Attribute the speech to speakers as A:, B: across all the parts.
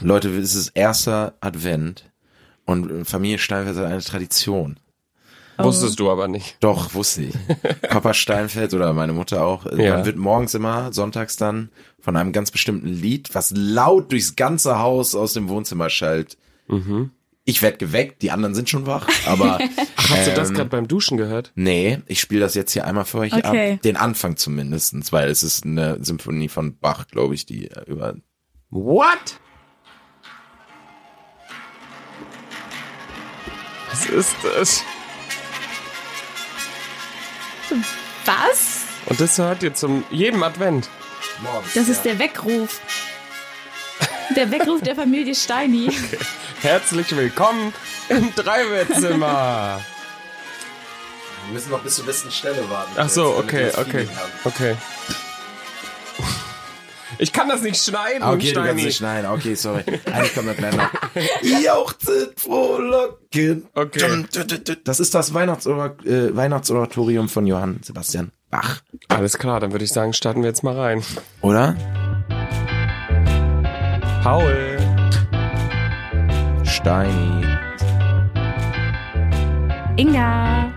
A: Leute, es ist erster Advent und Familie Steinfeld hat eine Tradition.
B: Wusstest du aber nicht.
A: Doch, wusste ich. Papa Steinfeld oder meine Mutter auch. äh,
B: Ja.
A: Man wird morgens immer, sonntags dann, von einem ganz bestimmten Lied, was laut durchs ganze Haus aus dem Wohnzimmer schallt.
B: Mhm.
A: Ich werd geweckt, die anderen sind schon wach, aber
B: Hast du das
A: Ähm,
B: gerade beim Duschen gehört?
A: nee, ich spiele das jetzt hier einmal für euch
C: Okay.
A: ab. Den Anfang zumindestens, weil es ist eine Symphonie von Bach, glaube ich, die äh, über
B: What? Was ist das?
C: Was?
B: Und das hört ihr zum jedem Advent.
A: morgens.
C: Das ist der Weckruf. Der Weckruf der Familie Steini.
B: Herzlich willkommen im Dreibettzimmer.
A: Wir müssen noch bis zur besten Stelle warten.
B: Ach so, okay, okay, okay. Ich kann das nicht schneiden,
A: Ah, Okay, du kannst
B: Steini.
A: nicht schneiden. Okay, sorry. Eigentlich kommt noch gleich noch. Jauchzet frohlocken.
B: Okay.
A: Dum, dü, dü, dü. Das ist das Weihnachtsora- äh, Weihnachtsoratorium von Johann Sebastian Bach,
B: Alles klar, dann würde ich sagen, starten wir jetzt mal rein.
A: oder?
B: Paul.
A: Steini.
C: Inga.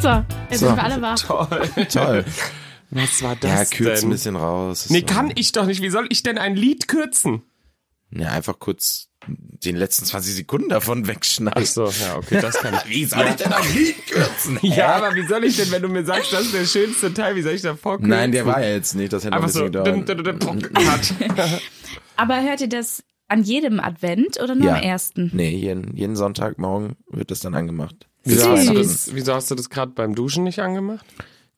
C: So, jetzt
A: So.
C: sind wir alle wach.
B: Toll.
A: Toll.
B: Was war
A: Ja,
B: das
A: kürz ein
B: denn?
A: bisschen raus.
B: Nee, kann ich doch nicht. Wie soll ich denn ein Lied kürzen?
A: Nee, einfach kurz den letzten 20 Sekunden davon wegschneiden.
B: Ach so, ja, okay, das kann ich.
A: Wie soll ich denn am Lied kürzen?
B: Ja, aber wie soll ich denn, wenn du mir sagst, das ist der schönste Teil, wie soll ich da vorkommen?
A: Nein, der war ja jetzt nicht. Das hätte noch ein
B: Einfach
A: bisschen
B: so. Dun,
A: gedauert.
B: dun, dun, dun, cut.
C: Aber hört ihr das an jedem Advent oder nur
A: Ja.
C: am ersten?
A: Nee, jeden, jeden Sonntagmorgen wird das dann angemacht.
B: Wieso hast du
A: Weihnachten.
B: das, wieso hast du das gerade beim Duschen nicht angemacht?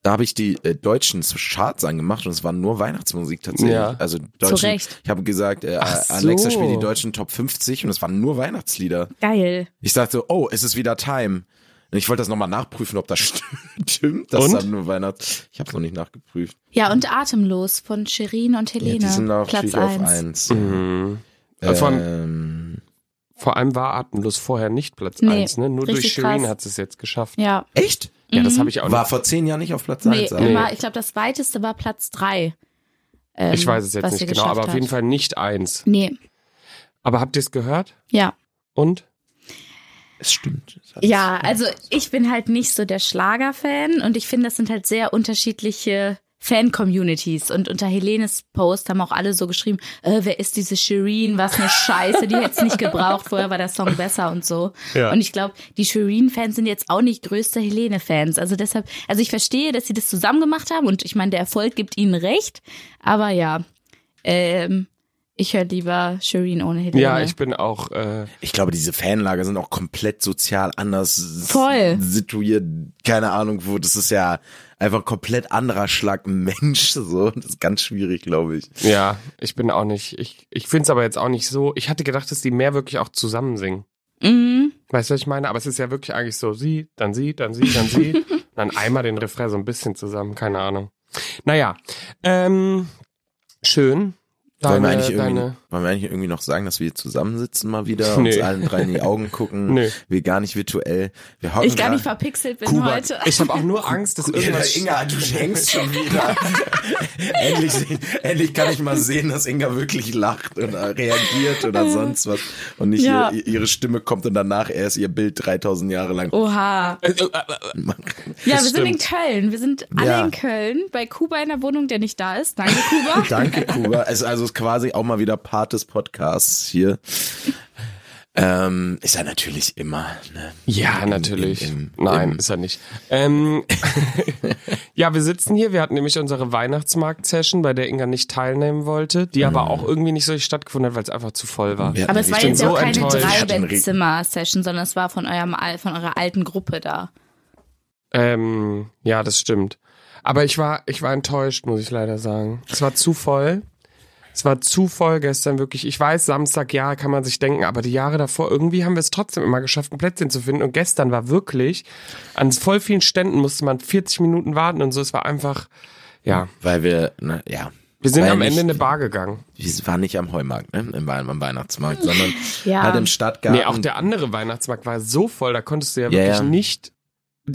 A: Da habe ich die äh, deutschen Charts angemacht und es war nur Weihnachtsmusik tatsächlich.
B: Ja.
A: Also deutschen,
C: Recht.
A: Ich habe gesagt, äh,
B: Ach
A: Alexa
B: so.
A: spielt die deutschen Top 50 und es waren nur Weihnachtslieder.
C: Geil.
A: Ich dachte, oh, es ist wieder Time. Und ich wollte das nochmal nachprüfen, ob das stimmt, dass
B: Und?
A: dann nur Weihnachts. Ich habe es noch nicht nachgeprüft.
C: Ja, und Atemlos von Shirin und
A: Ja, die
C: Helene.
A: sind auf,
C: Platz
A: natürlich auf
C: 1.
A: eins.
B: Mhm. Vor allem-
A: Ähm,
B: Vor allem war Atemlos vorher nicht Platz
C: Nee,
B: eins. ne? Nur durch
C: richtig
B: Shirin
C: krass. Mhm.
B: hat es jetzt geschafft.
C: Ja,
A: echt?
B: Ja, das habe ich auch
A: War
B: nicht.
A: vor zehn Jahren nicht auf Platz
C: nee,
A: eins. aber-
C: immer, ich glaube, das weiteste war Platz 3. Ähm,
B: Ich weiß es jetzt nicht genau, aber auf jeden Fall nicht eins.
C: Nee,
B: Aber habt ihr es gehört?
C: ja.
B: Und?
A: Es stimmt. Es hat-
C: Ja, also ich bin halt nicht so der Schlager-Fan und ich finde, das sind halt sehr unterschiedliche Fan-Communities. Und unter Helenes Post haben auch alle so geschrieben, äh, wer ist diese Shireen, was eine Scheiße, die hätt's nicht gebraucht, vorher war der Song besser und so.
B: Ja.
C: Und ich glaube, die Shireen-Fans sind jetzt auch nicht größte Helene-Fans. Also deshalb, also ich verstehe, dass sie das zusammen gemacht haben und ich meine, der Erfolg gibt ihnen recht, aber ja, ähm, ich höre lieber Shireen ohne Helene.
B: Ja, ich bin auch. Äh,
A: Ich glaube, diese Fanlager sind auch komplett sozial anders s-
C: Voll.
A: situiert. Keine Ahnung wo. Das ist ja einfach ein komplett anderer Schlag Mensch. So, das ist ganz schwierig, glaube ich.
B: ja, ich bin auch nicht. Ich, ich finde es aber jetzt auch nicht so. Ich hatte gedacht, dass die mehr wirklich auch zusammen singen.
C: Mhm.
B: Weißt du, was ich meine? Aber es ist ja wirklich eigentlich so, sie, dann sie, dann sie, dann sie. dann einmal den Refrain so ein bisschen zusammen, keine Ahnung. Naja, ähm, schön.
A: wollen, wir
B: Deine,
A: eigentlich irgendwie,
B: deine,
A: wollen wir eigentlich irgendwie noch sagen, dass wir zusammensitzen mal wieder,
B: Nee.
A: uns allen drei in die Augen gucken?
B: Nee.
A: Wir gar nicht virtuell. Wir hocken
C: Ich gar
A: da-
C: nicht verpixelt bin
A: Kuba-
C: heute.
B: Also ich habe auch nur Angst, dass irgendwas...
A: Inga, du schenkst schon wieder. endlich, endlich kann ich mal sehen, dass Inga wirklich lacht oder reagiert oder sonst was. Und nicht
C: Ja.
A: ihr, ihre Stimme kommt und danach erst ihr Bild 3000 Jahre lang.
C: Oha. Oh. Ja, wir sind in
B: stimmt.
C: Köln. Wir sind alle
A: Ja.
C: in Köln. Bei Kuba in der Wohnung, der nicht da ist. Danke, Kuba.
A: Danke, Kuba. Es ist also quasi auch mal wieder Part des Podcasts hier. Ähm, ist ja natürlich immer, ne?
B: Ja,
A: Im-
B: natürlich.
A: im- im-
B: Nein,
A: im-
B: ist er nicht. Ähm, ja, wir sitzen hier. Wir hatten nämlich unsere Weihnachtsmarkt-Session, bei der Inga nicht teilnehmen wollte, die aber auch irgendwie nicht so richtig stattgefunden hat, weil es einfach zu voll war.
A: Hm. Ja.
C: Aber es war
A: Ich bin
C: jetzt ja
B: so
C: auch keine
B: enttäuscht.
C: Dreibettzimmer-Session, sondern es war von, eurem, al- von eurer alten Gruppe da.
B: Ähm, ja, das stimmt. Aber ich war, ich war enttäuscht, muss ich leider sagen. Es war zu voll. Es war zu voll gestern wirklich. Ich weiß, Samstag, ja, kann man sich denken, aber die Jahre davor, irgendwie haben wir es trotzdem immer geschafft, ein Plätzchen zu finden. Und gestern war wirklich, an voll vielen Ständen musste man 40 Minuten warten und so. Es war einfach, ja.
A: Weil wir, na, ja.
B: Wir sind
A: weil
B: am
A: nicht-
B: Ende in eine Bar gegangen.
A: Wir waren nicht am Heumarkt, ne? Im, Wei- am Weihnachtsmarkt, sondern
C: Ja.
A: halt im Stadtgarten.
B: nee, auch der andere Weihnachtsmarkt war so voll, da konntest du ja
A: Ja,
B: wirklich
A: ja.
B: nicht.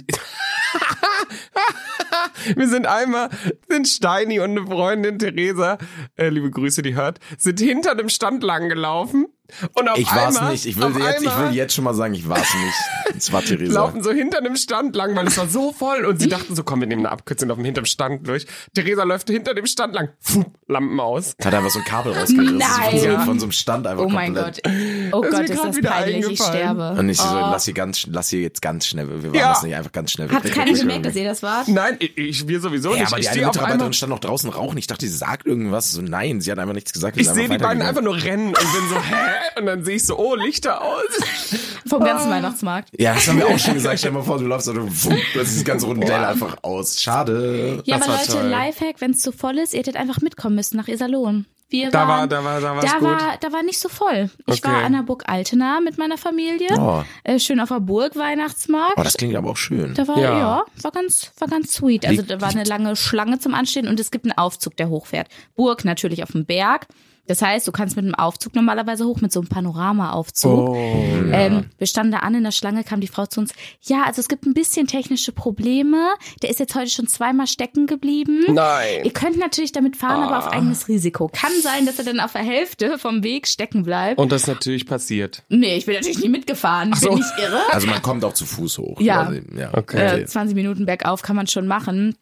B: Wir sind einmal, sind Steini und eine Freundin Theresa, äh, liebe Grüße, die hört, sind hinter dem Stand lang gelaufen und auf
A: Ich
B: einmal,
A: war's nicht. Ich will,
B: auf
A: jetzt, ich
B: einmal
A: will jetzt schon mal sagen, ich war's nicht. Es war Theresa.
B: laufen so hinter dem Stand lang, weil es war so voll und sie dachten so, komm, wir nehmen eine Abkürzung auf dem hinterm Stand durch. Theresa läuft hinter dem Stand lang, Pfuh, Lampen aus.
A: Hat einfach so ein Kabel rausgerissen. Von, so,
C: Nein.
A: von so einem Stand einfach
C: Oh mein
A: komplett.
C: Gott. Oh
B: ist mir
C: Gott, ist
B: grad
C: das
B: wieder
C: peinlich. Ich
B: eingefallen.
C: sterbe.
A: Und ich so, lass sie ganz, lass sie jetzt ganz schnell. Wir waren
B: Oh. Ja.
A: das nicht einfach ganz schnell. weg.
C: Hat keiner gemerkt, dass ihr das wart?
B: Nein, ich, ich wir sowieso
A: Ja,
B: nicht.
A: aber
B: ich
A: die eine
B: stehe auf einmal,
A: Mitarbeiterin stand noch draußen rauchen. Ich dachte, sie sagt irgendwas. So, nein, sie hat einfach nichts gesagt.
B: ich sehe die beiden einfach nur rennen und bin so, hä? Und dann sehe ich so, oh, Lichter aus.
C: Vom ganzen Weihnachtsmarkt.
A: Ja, das haben wir auch schon gesagt. Stell dir mal vor, du läufst und du wupp, das ist das ganze Rundell einfach aus. Schade.
C: Ja,
B: Das
C: aber
B: war
C: Leute,
B: toll.
C: Lifehack, wenn es zu voll ist, ihr hättet einfach mitkommen müssen nach Iserlohn. Wir
B: Da war-
C: waren,
B: da war- da war's
C: da
B: gut.
C: war, da war nicht so voll. Ich
B: Okay.
C: war an der Burg Altena mit meiner Familie,
A: Oh.
C: äh, schön auf der Burg Weihnachtsmarkt.
A: Oh, das klingt aber auch schön.
C: da war
B: Ja.
C: ja. war ganz war ganz sweet. Also da war eine lange Schlange zum Anstehen und es gibt einen Aufzug, der hochfährt. Burg natürlich auf dem Berg. Das heißt, du kannst mit einem Aufzug normalerweise hoch mit so einem Panoramaaufzug.
B: Oh,
C: Ähm, wir standen da an in der Schlange, kam die Frau zu uns. Ja, also es gibt ein bisschen technische Probleme. Der ist jetzt heute schon zweimal stecken geblieben.
B: Nein.
C: Ihr könnt natürlich damit fahren, aber
B: Ah.
C: auf eigenes Risiko. Kann sein, dass er dann auf der Hälfte vom Weg stecken bleibt.
B: Und das ist natürlich passiert.
C: nee, ich bin natürlich nie mitgefahren.
B: so.
C: Bin ich irre?
A: Also man kommt auch zu Fuß hoch.
C: Ja.
A: Also, ja.
B: Okay.
C: Äh, 20 Minuten bergauf kann man schon machen.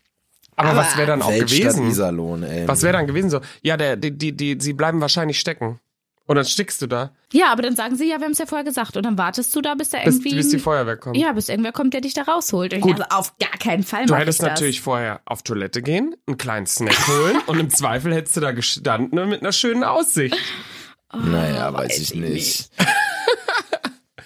B: Aber, was wäre dann auch
A: Weltstadt
B: gewesen?
A: Iserlohn, ey.
B: Was wäre dann gewesen so? Ja, der, die, die, die, sie bleiben wahrscheinlich stecken. Und dann stickst du da,
C: Ja, aber dann sagen sie, ja, wir haben es ja vorher gesagt. Und dann wartest du da, bis da
B: bis,
C: irgendwie.
B: bis die Feuerwehr kommt.
C: ja, bis irgendwer kommt, der dich da rausholt. Und ich dachte, auf gar keinen Fall
B: Du
C: mach
B: hättest
C: ich das.
B: natürlich vorher auf Toilette gehen, einen kleinen Snack holen und im Zweifel hättest du da gestanden und mit einer schönen Aussicht.
A: Naja, weiß,
C: weiß
A: ich
C: ich
A: nicht.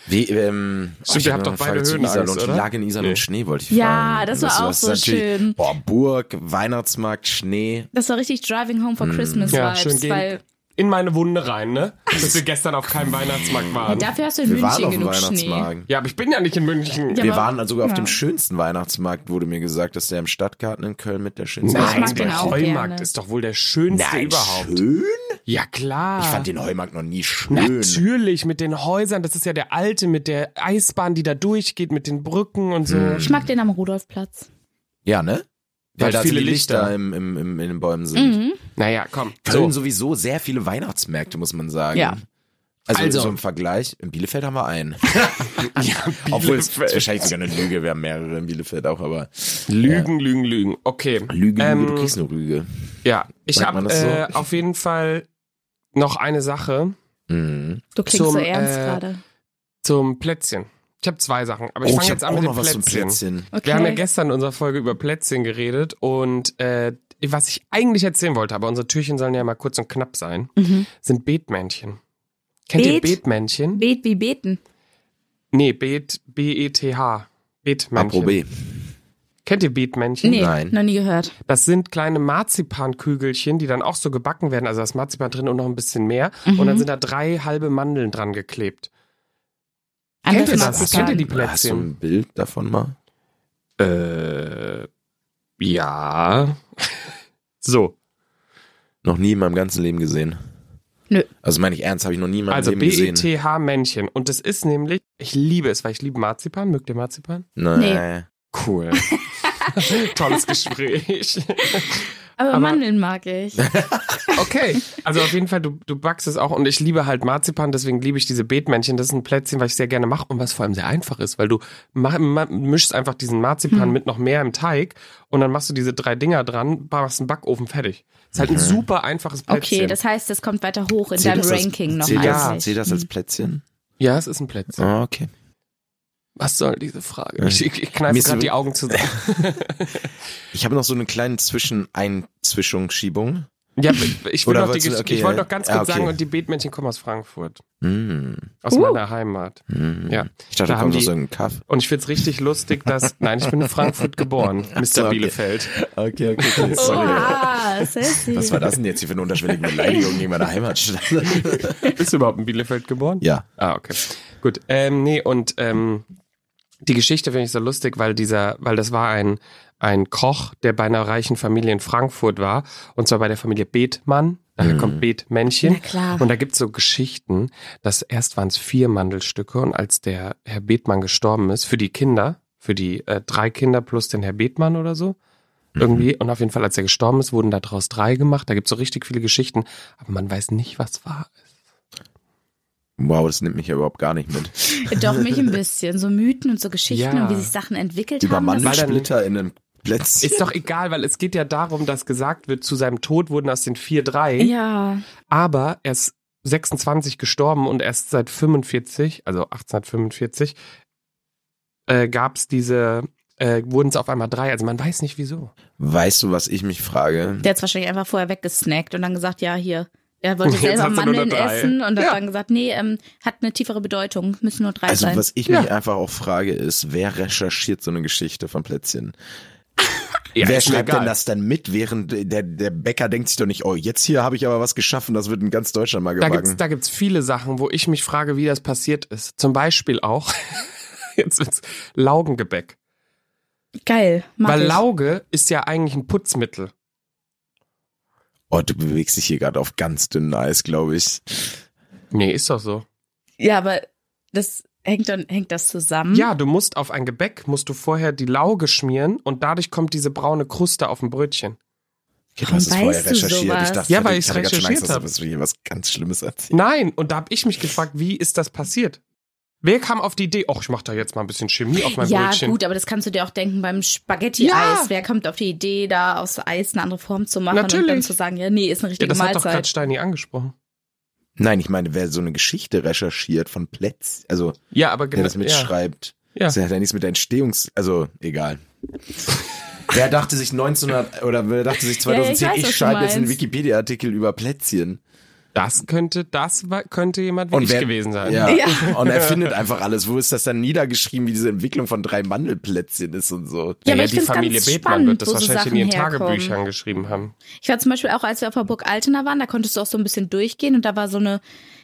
A: Wie, ähm,
B: Stimmt,
A: ich
B: ihr
A: hab
B: habt
A: noch
B: doch
A: eine Frage
B: beide
A: zu
B: Höhenangst,
A: Iserlohn.
B: oder?
A: Die Lage in Iserlohn Schnee wollte ich
C: Ja,
A: fragen.
C: das war
A: Weißt du,
C: auch
A: was
C: so
A: ist natürlich-
C: schön.
A: Boah, Burg, Weihnachtsmarkt, Schnee.
C: Das war richtig Driving Home for
A: Hm.
C: Christmas
B: Ja, schön
C: Vibes, weil
B: gehen. In meine Wunde rein, ne? Dass wir gestern auf keinem Weihnachtsmarkt waren.
C: dafür hast du in
A: Wir waren
C: München
A: auf dem
C: genug Schnee.
A: Weihnachtsmarkt.
B: Ja, aber ich bin ja nicht in München.
C: Ja,
A: Wir
C: aber-
A: waren dann sogar auf
C: ja.
A: dem schönsten Weihnachtsmarkt, wurde mir gesagt, dass der im Stadtgarten in Köln mit der schönste
C: Nein, ich mag den
A: Weihnachtsmarkt
C: auch.
A: ist.
B: Heumarkt
C: gerne.
B: ist doch wohl der schönste
A: Nein,
B: überhaupt.
A: schön?
B: Ja, klar.
A: Ich fand den Heumarkt noch nie schön.
B: Natürlich, mit den Häusern. Das ist ja der alte mit der Eisbahn, die da durchgeht, mit den Brücken und so.
A: Hm.
C: Ich mag den am Rudolfplatz.
A: Ja, ne?
B: Ja,
A: Weil da
B: viele
A: viele Lichter,
B: Lichter
A: im, im, im, in den Bäumen
B: Mhm.
C: Mhm.
A: sind.
B: Naja, komm.
A: Köln
B: so.
A: sowieso sehr viele Weihnachtsmärkte, muss man sagen.
C: Ja.
A: Also,
B: Also.
A: so im Vergleich, in Bielefeld haben wir einen.
B: Ja,
A: Obwohl es
B: Bielefeld.
A: ist wahrscheinlich sogar eine Lüge, wir haben mehrere in Bielefeld auch, aber
B: Lügen, Lügen, Lügen. Okay.
A: Lüge, Lüge,
B: Ähm,
A: du kriegst eine Lüge.
B: Ja, ich
A: Sagt man
B: habe
A: das so?
B: äh, auf jeden Fall noch eine Sache
A: Mhm.
C: Du klingst
B: Zum,
C: so ernst
B: äh,
C: gerade.
B: zum Plätzchen. Ich habe zwei Sachen, aber ich
A: Oh,
B: fange
A: hab
B: jetzt an
A: auch
B: mit
A: noch
B: dem
A: was zum
B: Plätzchen.
A: Plätzchen.
C: Okay.
B: Wir haben ja gestern in unserer Folge über Plätzchen geredet und äh, was ich eigentlich erzählen wollte, aber unsere Türchen sollen ja mal kurz und knapp sein,
C: Mhm.
B: sind Beetmännchen. Kennt ihr
C: Beet?
B: Beetmännchen?
C: Bet wie beten.
B: nee, E Beet, B-E-T-H. Beetmännchen.
A: Apro B.
B: Kennt ihr Beetmännchen?
C: Nee,
A: Nein.
C: noch nie gehört.
B: Das sind kleine Marzipankügelchen, die dann auch so gebacken werden. Also das Marzipan drin und noch ein bisschen mehr. Und
C: Mhm.
B: dann sind da drei halbe Mandeln dran geklebt. Kennt ihr das?
C: Marzipan.
B: Kennt ihr die
A: Hast du
B: Plätzchen?
A: ein Bild davon mal?
B: Äh, ja. so.
A: Noch nie in meinem ganzen Leben gesehen.
C: Nö.
A: Also meine ich ernst, habe ich noch nie in meinem
B: Also
A: Leben gesehen.
B: B-E-T-H-Männchen. Und das ist nämlich, ich liebe es, weil ich liebe Marzipan. Mögt ihr Marzipan?
A: Nein.
B: Cool. Tolles Gespräch.
C: Aber,
B: Aber-
C: Mandeln mag ich.
B: Okay. Also auf jeden Fall, du, du backst es auch und ich liebe halt Marzipan, deswegen liebe ich diese Beetmännchen. Das ist ein Plätzchen, was ich sehr gerne mache und was vor allem sehr einfach ist, weil du mach, ma, mischst einfach diesen
A: Hm.
B: Marzipan mit noch mehr im Teig und dann machst du diese drei Dinger dran, machst einen Backofen fertig. Ist halt ein super einfaches Plätzchen.
C: Okay, das heißt, das kommt weiter hoch in
A: Zählt
C: deinem
A: das als-
C: Ranking noch
A: Zählt
B: Ja.
A: das,
C: eigentlich.
A: zählt das als Plätzchen?
B: ja, es ist ein Plätzchen.
A: Ah, okay.
B: Was soll diese Frage? Ich, ich, ich kneife
A: Mist,
B: gerade
A: du-
B: die Augen zusammen.
A: Ich habe noch so eine kleine Zwischen-Einzwischungschiebung.
B: Ja, ich, will
A: Oder
B: noch die,
A: wolltest du-
B: Gesch-
A: okay,
B: ich wollte noch ganz
A: ja,
B: kurz
A: okay.
B: sagen, und die Beetmännchen kommen aus Frankfurt.
A: Mm,
B: Aus meiner Heimat.
A: mm.
B: Ja.
A: Ich dachte, du
B: Da haben
A: kommst aus
B: die-
A: irgendeinem Kaff.
B: Und ich find's richtig lustig, dass. Nein, ich bin in Frankfurt geboren, Mr.
A: okay.
B: Bielefeld.
A: Okay, okay,
C: Oh,
A: okay.
C: Oha, sassy.
A: Was war das denn jetzt hier für eine unterschwellige Beleidigung gegen meine Heimatstadt?
B: Bist du überhaupt in Bielefeld geboren?
A: ja.
B: Ah, okay. Gut. Ähm, nee, und ähm, die Geschichte finde ich so lustig, weil dieser, weil das war ein, ein Koch, der bei einer reichen Familie in Frankfurt war, und zwar bei der Familie Bethmann. Dann kommt Bethmännchen.
C: Na klar.
B: Und da gibt's so Geschichten, dass erst waren es vier Mandelstücke und als der Herr Bethmann gestorben ist, für die Kinder, für die äh, drei Kinder plus den Herr Bethmann oder so,
A: Mhm.
B: irgendwie. Und auf jeden Fall, als er gestorben ist, wurden daraus drei gemacht. Da gibt's so richtig viele Geschichten, aber man weiß nicht, was wahr ist.
A: Wow, das nimmt mich ja überhaupt gar nicht mit.
C: Doch, mich ein bisschen. So Mythen und so Geschichten
B: Ja.
C: und wie sich Sachen entwickelt
A: Über
C: haben. das-
A: Mandelsplitter in einem Plätzchen.
B: Ist doch egal, weil es geht ja darum, dass gesagt wird, zu seinem Tod wurden aus den vier drei.
C: ja,
B: aber er ist 26 gestorben und erst seit 45, also 1845, äh, gab es diese, äh, wurden es auf einmal drei. Also man weiß nicht wieso.
A: Weißt du, was ich mich frage?
C: der hat's wahrscheinlich einfach vorher weggesnackt und dann gesagt, ja, hier. Er wollte
B: Oh, Jetzt
C: selber
B: hast du nur
C: Mandeln
B: noch drei.
C: essen und hat
B: Ja.
C: dann gesagt, nee, ähm, hat eine tiefere Bedeutung, müssen nur drei
A: Also,
C: sein.
A: was ich
B: Ja.
A: mich einfach auch frage, ist, wer recherchiert so eine Geschichte von Plätzchen?
B: Ja,
A: wer
B: ist mir
A: schreibt
B: egal.
A: denn das dann mit, während der, der Bäcker denkt sich doch nicht, oh, jetzt hier habe ich aber was geschaffen, das wird in ganz Deutschland mal
B: Da gibt's,
A: gebacken.
B: da gibt's viele Sachen, wo ich mich frage, wie das passiert ist. Zum Beispiel auch, jetzt wird's Laugengebäck.
C: Geil, mag
B: Weil
C: ich.
B: Lauge ist ja eigentlich ein Putzmittel.
A: Oh, du bewegst dich hier gerade auf ganz dünnem Eis, glaube ich.
B: Nee, ist doch so.
C: Ja, aber das hängt dann, hängt das zusammen?
B: Ja, du musst auf ein Gebäck, musst du vorher die Lauge schmieren und dadurch kommt diese braune Kruste auf dem Brötchen.
A: Ja,
C: Warum weißt du
A: ich
C: sowas?
A: dachte,
B: Ja, weil ich's
A: hatte ganz schön Angst,
B: recherchiert
A: dass
B: hab.
A: du was- hier was ganz Schlimmes erzählst.
B: Nein, und da habe ich mich gefragt, wie ist das passiert? Wer kam auf die Idee, ach, ich mache da jetzt mal ein bisschen Chemie auf mein
C: Ja,
B: Brötchen?
C: gut, aber das kannst du dir auch denken beim Spaghetti-Eis.
B: Ja.
C: Wer kommt auf die Idee, da aus Eis eine andere Form zu machen und
B: Natürlich.
C: dann zu sagen, ja, nee, ist
B: ja,
C: eine richtige
B: das hat doch gerade
C: Mahlzeit.
B: Steini angesprochen.
A: Nein, ich meine, wer so eine Geschichte recherchiert von Plätzchen, also
B: Ja, aber
A: wer das
B: genau. Ja.
A: mitschreibt,
B: Ja.
A: das hat ja nichts mit der Entstehungs-, also egal. Wer dachte sich 1900 oder wer dachte sich 2010,
C: Ja, ich weiß,
A: ich,
C: was du
A: schreibe jetzt einen
C: meinst.
A: Wikipedia-Artikel über Plätzchen.
B: Das könnte, das war, könnte jemand wie ich
A: wer-
B: gewesen sein.
A: Ja.
C: Ja.
A: Und er findet einfach alles. Wo ist das dann niedergeschrieben, wie diese Entwicklung von drei Mandelplätzchen ist und so?
C: Ja, aber
B: Naja,
C: ich
B: die
C: find's
B: Familie
C: ganz
B: Bethmann wird
C: spannend,
B: das
C: wo so
B: wahrscheinlich in ihren
C: Sachen herkommen.
B: Tagebüchern geschrieben haben.
C: Ich war zum Beispiel auch, als wir auf der Burg Altena waren, da konntest du auch so ein bisschen durchgehen und da war so eine,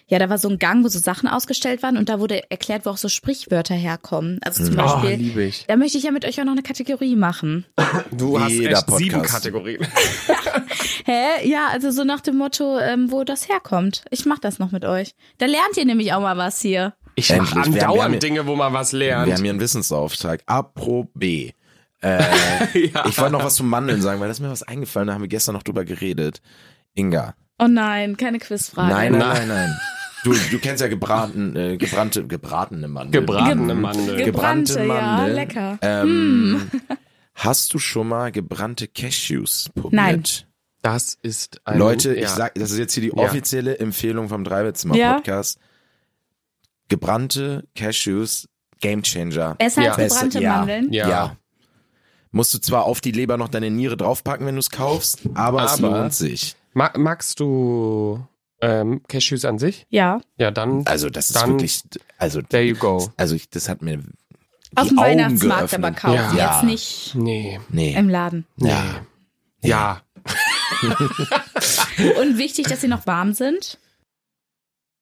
C: ja, da war so ein Gang, wo so Sachen ausgestellt waren und da wurde erklärt, wo auch so Sprichwörter herkommen. Also
A: Hm.
C: zum
A: Ah,
C: Beispiel,
B: liebe ich.
C: da möchte ich ja mit euch auch noch eine Kategorie machen.
B: Du hast
A: Jeder
B: echt sieben
A: Podcast.
B: Kategorien.
C: Hä? Ja, also so nach dem Motto, ähm, wo das herkommt. Ich mach das noch mit euch. Da lernt ihr nämlich auch mal was hier.
B: Ich mach
A: Endlich, wir haben- wir haben hier-
B: andauernd Dinge, wo man was
A: Wir haben
B: lernt.
A: hier einen Wissensauftrag. Apro B. Äh,
B: Ja.
A: Ich wollte noch was zum Mandeln sagen, weil das ist mir was eingefallen, da haben wir gestern noch drüber geredet. Inga.
C: Oh nein, keine Quizfrage.
A: Nein, nein, nein, nein. Du, du kennst ja gebraten, äh, gebrannte, gebratene Mandeln.
B: Gebratene Mandeln.
A: Gebrannte,
C: Gebrannte, ja,
A: Mandeln.
C: lecker.
A: Ähm, Hast du schon mal gebrannte Cashews probiert?
C: Nein.
B: Das ist ein,
A: Leute,
B: ja.
A: ich sag, das ist jetzt hier die
B: Ja.
A: offizielle Empfehlung vom Dreibettzimmer
C: Ja.
A: Podcast. Gebrannte Cashews, Gamechanger.
C: Es heißt
B: Ja.
C: gebrannte
A: Beste- ja.
C: Mandeln.
B: Ja.
A: Musst du zwar auf die Leber noch deine Niere draufpacken, wenn du es kaufst, aber, es
B: Aber-
A: lohnt sich.
B: Ma magst du ähm, Cashews an sich?
C: Ja.
B: Ja, dann
A: Also das ist
B: Dann-
A: wirklich, also,
B: there you go.
A: also ich, das hat mir die
C: Auf dem
A: Augen
C: Weihnachtsmarkt
A: geöffnet.
C: aber kaufen.
A: Ja.
C: Jetzt nicht
B: Nee.
A: Nee.
C: im Laden.
A: Ja.
B: Ja.
C: Und wichtig, dass sie noch warm sind.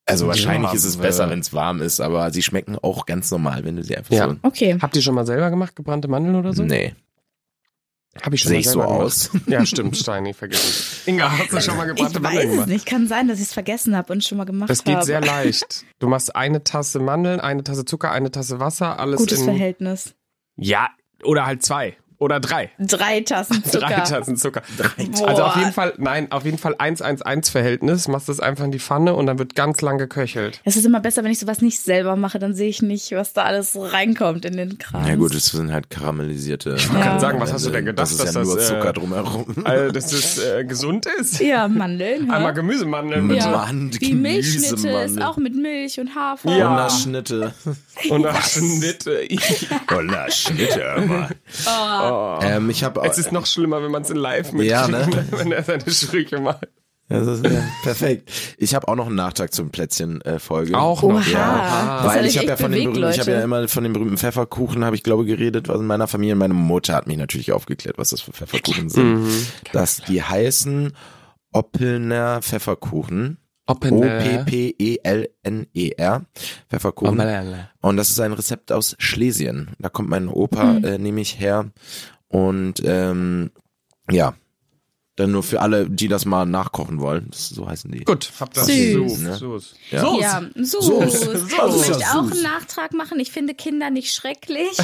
A: Also wahrscheinlich
B: Ja,
A: ist es
B: aber-
A: besser, wenn es warm ist, aber sie schmecken auch ganz normal, wenn du sie einfach
B: Ja.
A: so.
C: Okay.
B: Habt ihr schon mal selber gemacht, gebrannte Mandeln oder
C: Also,
B: so?
A: Nee.
B: Hab ich schon
A: Sehe
B: mal
A: ich so
B: selber gemacht.
A: aus?
B: Ja, stimmt, Steini, vergiss es. Inga, hast du schon mal
C: Ich
B: gebrannte Mandeln
C: weiß es
B: gemacht?
C: nicht. Kann sein, dass ich es vergessen habe und schon mal gemacht
B: Das
C: habe.
B: geht sehr leicht. Du machst eine Tasse Mandeln, eine Tasse Zucker, eine Tasse Wasser, alles
C: Gutes
B: in.
C: Verhältnis.
B: Ja, oder halt zwei. Oder drei.
C: Drei Tassen Zucker.
B: Drei Tassen Zucker.
C: Tassen.
B: Also auf
C: Boah.
B: jeden Fall, nein, auf jeden Fall 1-1-1-Verhältnis. Machst das einfach in die Pfanne und dann wird ganz lang geköchelt.
C: Es ist immer besser, wenn ich sowas nicht selber mache, dann sehe ich nicht, was da alles reinkommt in den Kram.
A: Na gut, es sind halt karamellisierte. Ich
B: wollte
C: gerade
B: sagen, was hast du denn gedacht,
A: Das ist
B: dass
A: ja nur
B: das, äh,
A: Zucker drumherum.
B: Also, dass es äh, gesund ist.
C: Ja, Mandeln. ja.
B: Einmal Gemüsemandeln mit
C: ja.
A: Mann,
C: Wie Milchschnitte
A: Gemüsemandeln.
C: ist auch mit Milch und Hafer.
B: Ja.
A: Wunderschnitte.
B: und dann äh, Schnitt.
A: Wunderschnitte, immer.
C: Oh.
A: Ähm, ich habe
B: Es ist noch schlimmer, wenn man es in live mitkriegt,
A: Ja, ne?
B: wenn er seine Sprüche macht.
A: Das ist, ja, perfekt. Ich habe auch noch einen Nachtrag zum äh, Plätzchen-Folge.
C: Oha.
A: Ja,
C: Ah, Das
A: weil
C: hat
A: ich
C: dich
A: habe ja
C: echt
A: von den
C: bewegt,
A: berühmten, ich habe ja
C: Leute.
A: immer von dem berühmten Pfefferkuchen habe ich glaube geredet, was in meiner Familie, meine Mutter hat mich natürlich aufgeklärt, was das für Pfefferkuchen sind,
C: Mhm.
A: dass die heißen Oppelner Pfefferkuchen. O P P E L N E R Pfefferkuchen. Und das ist ein Rezept aus Schlesien. Da kommt mein Opa äh, nämlich her. Und ähm, ja, Dann nur für alle, die das mal nachkochen wollen. Das, so heißen die.
B: Gut, hab das
C: Süß.
B: Sus,
A: Ne?
B: Sus.
A: Ja.
B: Sus.
C: Ja, Sus.
A: Sus.
C: Ich
A: Sus.
C: möchte auch einen
A: Sus.
C: Nachtrag machen. Ich finde Kinder nicht schrecklich.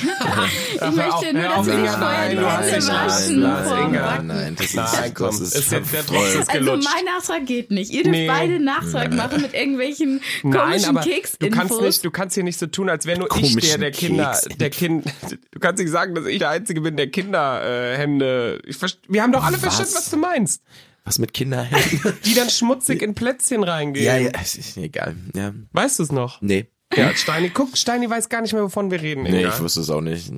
C: ich
B: auf,
C: möchte nur,
B: hör
C: dass
B: auf,
C: sie nicht
B: Inga,
C: vorher die
B: nein,
C: Hände
B: nein,
C: waschen.
B: nein,
C: vorm
B: Inga,
C: Backen.
A: nein, das ist,
B: Nein, komm,
A: das ist,
B: ist jetzt der
A: voll-
B: Drops ist
C: Also
B: gelutscht.
C: mein Nachtrag geht nicht. Ihr dürft
B: Nee.
C: beide Nachtrag machen mit irgendwelchen
B: Nein,
C: komischen
B: aber
C: Keksinfos.
B: du kannst nicht, du kannst hier nicht so tun, als wäre nur ich
A: Komischen
B: der, der Kinder,
A: Keksinfos.
B: der Kind. Du kannst nicht sagen, dass ich der Einzige bin, der Kinderhände. Äh, Hände- ich verst- wir haben doch alle
A: Was?
B: verstanden, was du meinst.
A: Was mit Kinderhänden?
B: Die dann schmutzig in Plätzchen reingehen.
A: ja, ja, es ist egal. Ja.
B: Weißt du es noch?
A: Nee.
B: Ja, Steini, guck, Steini weiß gar nicht mehr, wovon wir reden.
A: Nee,
B: Inga.
A: ich wusste es auch nicht.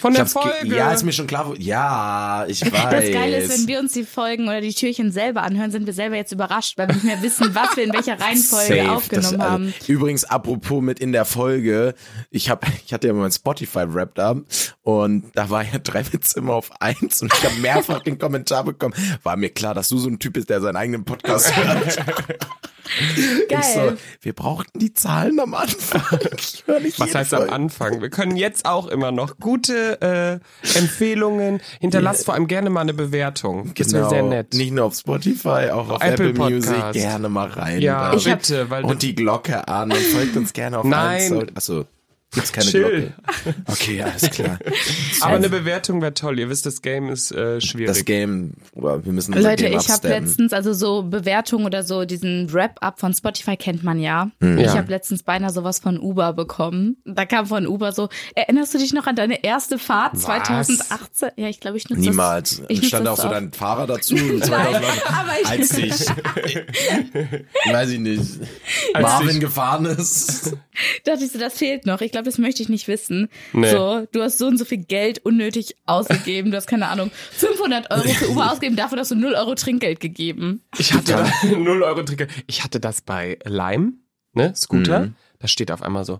B: Von
A: Ich
B: der
A: hab's ge-
B: Folge.
A: Ja, ist mir schon klar. wo- Ja, ich weiß.
C: Das Geile ist, wenn wir uns die Folgen oder die Türchen selber anhören, sind wir selber jetzt überrascht, weil wir nicht mehr wissen, was wir in welcher Reihenfolge
A: Safe, das-
C: aufgenommen
A: also,
C: haben.
A: Übrigens, apropos mit in der Folge, ich hab, ich hatte ja mal mein Spotify wrapped up und da war ja drei Witze immer auf eins und ich habe mehrfach den Kommentar bekommen. War mir klar, dass du so ein Typ bist, der seinen eigenen Podcast hört. Ich so,
C: Geil.
A: wir brauchten die Zahlen am Anfang. Ich hör nicht
B: Was
A: jede
B: heißt am
A: Folge.
B: Anfang? Wir können jetzt auch immer noch gute äh, Empfehlungen. Hinterlasst vor allem gerne mal eine Bewertung. Das wäre
A: Genau.
B: sehr nett.
A: Nicht nur auf Spotify, auch auf
B: Apple
A: Apple,
B: Podcast.
A: Music. Gerne mal rein.
B: ja,
A: da.
C: Ich hab-
B: bitte, weil
A: und die Glocke an und folgt uns gerne auf
B: Nein.
A: Insta. Achso, gibt's keine
B: Chill.
A: Glocke. Okay, alles klar.
B: aber eine Bewertung wäre toll. Ihr wisst, das Game ist äh, schwierig.
A: Das Game, oder wir müssen unser
C: Leute,
A: Game
C: ich habe
A: upsteppen.
C: letztens, also so Bewertungen oder so, diesen Wrap-Up von Spotify kennt man ja. Ich
B: Ja.
C: habe letztens beinahe sowas von Uber bekommen. Da kam von Uber so, erinnerst du dich noch an deine erste Fahrt 2018? Ja, ich glaube, ich nutze
A: Niemals.
C: Das, ich nutze
A: stand
C: das
A: auch so
C: auf-
A: dein Fahrer dazu. und so
C: Nein,
A: weiter.
C: aber ich-
A: als ich, weiß ich nicht,
B: Als
A: Marvin
B: ich-
A: gefahren ist.
C: dachte ich so, das fehlt noch. Ich glaube, das möchte ich nicht wissen.
B: Nee.
C: So, du hast so und so viel Geld unnötig ausgegeben. Du hast keine Ahnung, 500 Euro für Uber ausgegeben, dafür hast du 0 Euro Trinkgeld gegeben.
B: Ich hatte da 0 Euro Trinkgeld. Ich hatte das bei Lime, ne, Scooter.
A: Mhm.
B: Da steht auf einmal so,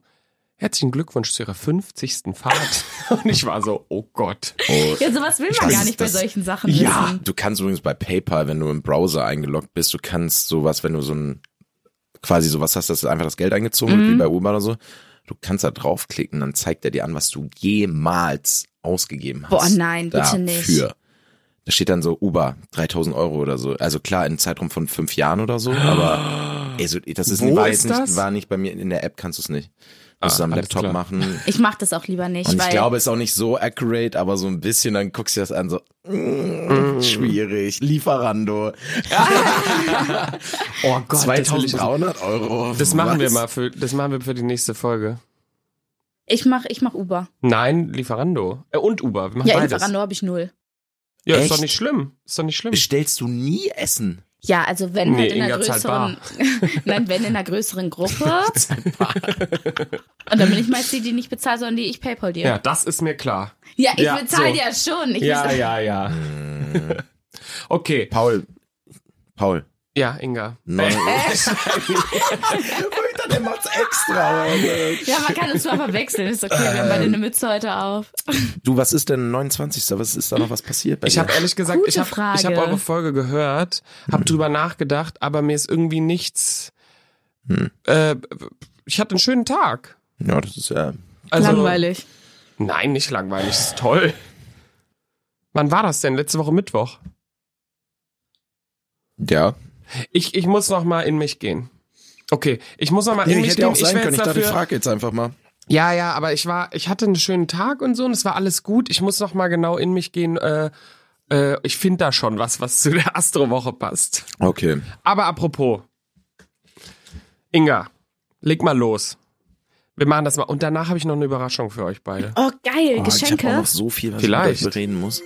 B: herzlichen Glückwunsch zu Ihrer 50. Fahrt. Und ich war so, oh Gott.
C: Ja, sowas will
A: Ich
C: man
A: weiß,
C: gar nicht bei
A: das-
C: solchen Sachen
B: Ja.
C: wissen.
A: Du kannst übrigens bei PayPal, wenn du im Browser eingeloggt bist, du kannst sowas, wenn du so ein quasi sowas hast, dass einfach das Geld eingezogen
B: Mhm.
A: wird, wie bei Uber oder so, du kannst da draufklicken, dann zeigt er dir an, was du jemals ausgegeben hast.
C: Boah, nein, bitte nicht.
A: dafür. Da steht dann so Uber, 3000 Euro oder so. Also klar, in einem Zeitraum von fünf Jahren oder so, aber ey, so, das ist,
B: Wo
A: war
B: ist
A: jetzt nicht,
B: das?
A: war nicht bei mir in der App, kannst du es nicht. Musst
B: Ah,
A: du am
B: alles
A: Laptop
B: klar.
A: machen.
C: Ich mach das auch lieber nicht,
A: Und
C: weil
A: ich glaube, es ist auch nicht so accurate, aber so ein bisschen, dann guckst du dir das an, so,
B: Mhm.
A: mm, schwierig, Lieferando,
B: Oh Gott, das, will ich-
A: 2300 Euro.
B: das machen wir
A: Was?
B: mal für, das machen wir für die nächste Folge.
C: ich mach, ich mach Uber.
B: Nein, Lieferando. Äh, und Uber. Wir machen
C: Ja, in
B: beides.
C: Verando habe ich null.
B: Ja, ist
A: Echt?
B: doch nicht schlimm. Ist doch nicht schlimm.
A: Bestellst du nie Essen?
C: Ja, also wenn
B: Nee,
C: halt in einer
B: Inga zahlt
C: größeren, nein, wenn in einer größeren Gruppe. Und dann bin ich meist die, die nicht bezahlt, sondern die ich PayPal dir.
B: Ja, das ist mir klar.
C: Ja, ich
B: Ja,
C: bezahle
B: so.
C: ja schon. Ich
B: Ja, ja, ja.
A: Hm.
B: okay.
A: Paul, Paul,
B: Ja, Inga.
A: neun Euro. Ich dachte, Der macht's extra. Leute.
C: ja, man kann uns zwar verwechseln, ist okay, wir haben beide eine Mütze heute auf.
A: Du, was ist denn 29.? Was ist da noch was passiert bei
B: Ich
A: dir?
B: habe ehrlich gesagt,
C: Gute
B: ich habe
C: Frage.
B: ich hab eure Folge gehört, habe
A: Hm.
B: drüber nachgedacht, aber mir ist irgendwie nichts.
A: Hm.
B: Äh, ich hatte einen schönen Tag.
A: ja, das ist ja.
B: Also,
C: Langweilig.
B: Nein, nicht langweilig. Ist toll. Wann war das denn? Letzte Woche Mittwoch.
A: Ja.
B: Ich, ich muss noch mal in mich gehen. Okay, ich muss noch mal in
A: ich
B: mich
A: hätte
B: gehen.
A: ja auch sein
B: wär
A: können. Ich
B: jetzt
A: dachte, ich
B: dafür-
A: frage jetzt einfach mal.
B: Ja, ja, aber ich war, ich hatte einen schönen Tag und so und es war alles gut. Ich muss noch mal genau in mich gehen. Äh, äh, ich finde da schon was, was zu der Astrowoche passt.
A: Okay. Ah,
B: Aber apropos, Inga, leg mal los. Wir machen das mal. Und danach habe ich noch eine Überraschung für euch beide.
C: Oh, geil,
A: Ich habe auch
C: Geschenke.
A: noch so viel, was
B: Vielleicht.
A: ich mit euch bereden muss.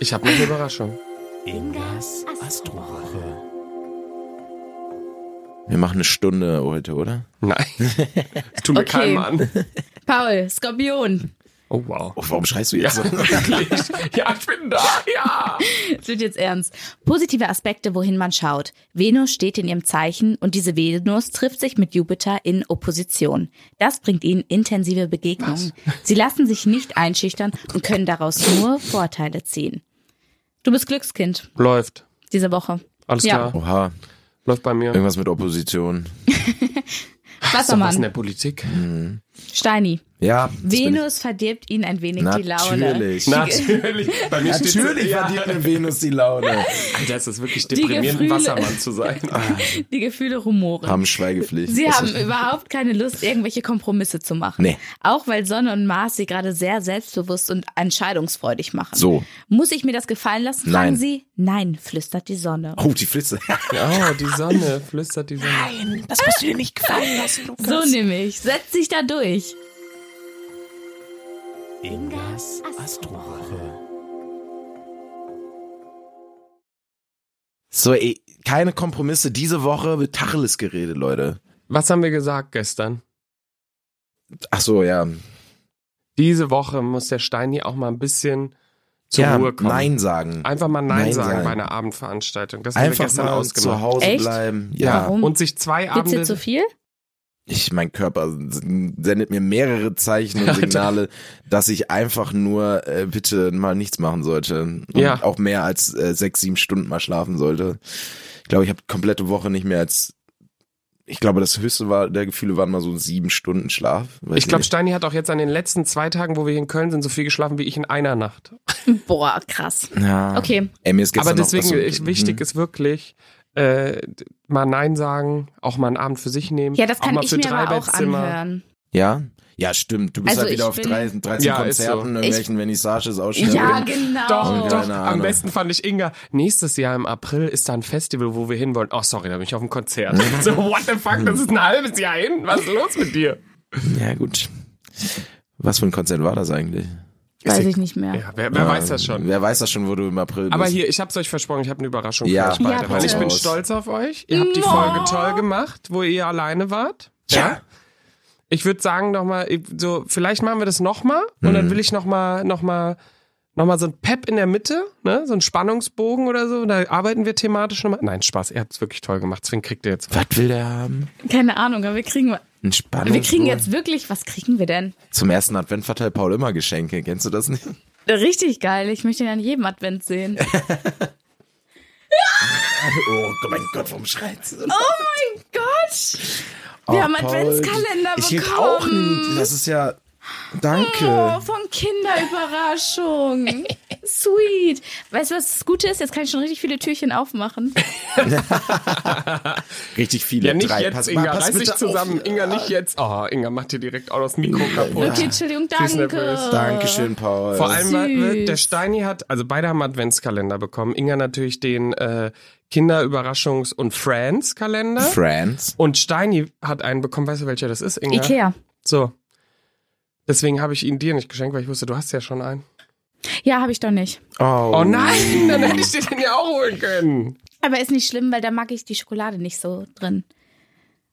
B: Ich habe noch eine Überraschung.
A: Ingas Astrowoche. Wir machen eine Stunde heute, oder?
B: Nein. Tu mir
C: Okay.
B: keinen an.
C: Paul, Skorpion.
B: Oh, wow.
A: Oh, warum schreist du jetzt so?
B: Wirklich? Ja, ich bin da. Ja.
C: Es wird jetzt ernst. Positive Aspekte, wohin man schaut. Venus steht in ihrem Zeichen und diese Venus trifft sich mit Jupiter in Opposition. Das bringt ihnen intensive Begegnungen. Sie lassen sich nicht einschüchtern und können daraus nur Vorteile ziehen. Du bist Glückskind
B: Läuft.
C: diese Woche.
B: Alles
C: Ja.
B: klar.
A: Oha,
B: Läuft bei mir.
C: Äh,
A: irgendwas mit Opposition.
B: Ist doch was in
C: Wassermann.
B: der Politik.
C: Steini.
A: Ja. das bin
C: Venus verdirbt ihnen ein wenig
A: ich.
C: die Laune.
A: Natürlich.
B: Natürlich. Bei mir steht's-
A: Natürlich
B: ja.
A: verdient eine Venus die Laune.
B: Alter, es ist wirklich
C: Die
B: deprimierend, ein
C: Gefühle.
B: Wassermann zu sein.
C: Die Gefühle rumoren.
A: Haben Schweigepflicht.
C: Sie
A: Das
C: haben
A: ist-
C: überhaupt keine Lust, irgendwelche Kompromisse zu machen.
A: Nee.
C: Auch weil Sonne und Mars sie gerade sehr selbstbewusst und entscheidungsfreudig machen.
A: So.
C: Muss ich mir das gefallen lassen?
A: Nein.
C: Fragen sie. Nein, flüstert die Sonne.
A: Oh, die Flitze.
B: Oh, die Sonne, flüstert die Sonne.
A: Das musst du dir nicht gefallen lassen, Lukas.
C: So nämlich. Setz dich da durch.
A: Ingas Astrowoche. So, ey, keine Kompromisse. Diese Woche wird Tacheles geredet, Leute.
B: Was haben wir gesagt gestern?
A: Ach so, ja.
B: Diese Woche muss der Steini auch mal ein bisschen zur
A: ja,
B: Ruhe kommen.
A: Nein sagen.
B: Einfach mal Nein,
A: Nein
B: sagen,
A: sagen.
B: bei einer Abendveranstaltung. Das haben wir
A: Einfach
B: gestern
A: mal zu
B: ausgemacht.
A: Hause
C: Echt?
A: bleiben. Ja.
C: Warum?
B: Und sich zwei
C: Gibt's hier zu
B: Abende.
C: viel?
A: Ich, mein Körper sendet mir mehrere Zeichen und Signale, dass ich einfach nur äh, bitte mal nichts machen sollte. Und
B: Ja.
A: auch mehr als äh, sechs, sieben Stunden mal schlafen sollte. Ich glaube, ich habe komplette Woche nicht mehr als. Ich glaube, das höchste war der Gefühle waren mal so sieben Stunden Schlaf. Weiß
B: Ich glaube,
A: nicht.
B: Steini hat auch jetzt an den letzten zwei Tagen, wo wir hier in Köln sind, so viel geschlafen wie ich in einer Nacht.
C: Boah, krass.
A: ja.
C: Okay.
A: Ey, mir ist gestern
B: Aber deswegen,
A: noch,
B: ich, wichtig ist wirklich, äh, d- mal Nein sagen, auch mal einen Abend für sich nehmen.
C: Ja, das
B: auch
C: kann
B: mal
C: ich
B: für
C: mir aber auch
B: Dreibettzimmer.
C: anhören.
A: Hm. Ja. Ja, stimmt. Du bist
C: Also
A: halt wieder
C: ich
A: auf
C: bin-
A: 13, 13
B: Ja, ist so.
A: Konzerten, in irgendwelchen Vernissages ausstellen.
C: Ja, genau.
B: Doch,
A: Keine
B: doch. Am
A: Ahnung.
B: besten fand ich Inga. Nächstes Jahr im April ist da ein Festival, wo wir hinwollen. Oh, sorry, da bin ich auf dem Konzert. so, what the fuck, das ist ein halbes Jahr hin. Was ist los mit dir?
C: genau.
A: ja, gut. Was für ein Konzert war das eigentlich?
C: Weiß ich nicht mehr.
B: Ja, wer, wer weiß das schon?
A: Wer weiß das schon, wo du im April bist?
B: Aber hier, ich hab's euch versprochen, ich habe eine Überraschung
A: Ja.
B: für euch beide.
C: Ja,
B: weil ich
C: bitte.
B: bin stolz auf euch. Ihr habt die
C: No.
B: Folge toll gemacht, wo ihr alleine wart.
A: Ja.
B: Ich würde sagen nochmal, so, vielleicht machen wir das nochmal und dann will ich nochmal, nochmal, nochmal so ein Pep in der Mitte, ne? So ein Spannungsbogen oder so. Da arbeiten wir thematisch nochmal. Nein, Spaß, ihr habt's wirklich toll gemacht, deswegen kriegt ihr jetzt.
A: Was will der haben?
C: Keine Ahnung, aber wir kriegen,
A: Ein Spannungsbogen.
C: wir kriegen jetzt wirklich, was kriegen wir denn?
A: Zum ersten Advent verteilt Paul immer Geschenke. Kennst du das nicht?
C: Richtig geil. Ich möchte ihn an jedem Advent sehen.
A: Oh mein Gott, warum schreit's? Wir
C: Oh mein Gott! Wir haben Adventskalender
A: Oh, ich krieg auch
C: bekommen.
A: einen. Das ist ja.
C: Oh,
A: Danke.
C: von Kinderüberraschung. Sweet. Weißt du, was das Gute ist? Jetzt kann ich schon richtig viele Türchen aufmachen.
A: Richtig viele.
B: Ja, nicht
A: Drei.
B: jetzt,
A: pass,
B: Inga.
A: pass
B: reiß dich
A: bitte auf.
B: zusammen. Inga, nicht jetzt. Oh, Inga, mach dir direkt auch das Mikro kaputt.
C: Okay, Entschuldigung,
B: ist nervös.
C: danke.
A: Dankeschön, Paul.
B: Vor allem, weil weil
C: Äh, Süß.
B: der Steini hat, also beide haben Adventskalender bekommen. Inga natürlich den äh, Kinderüberraschungs- und Friends-Kalender.
A: Friends.
B: und Steini hat einen bekommen, weißt du, welcher das ist, Inga?
C: Ikea.
B: So. Deswegen habe ich ihn dir nicht geschenkt, weil ich wusste, du hast ja schon einen.
C: Ja, habe ich doch nicht.
B: Oh nein, dann hätte ich dir den ja auch holen können.
C: Aber ist nicht schlimm, weil da mag ich die Schokolade nicht so drin.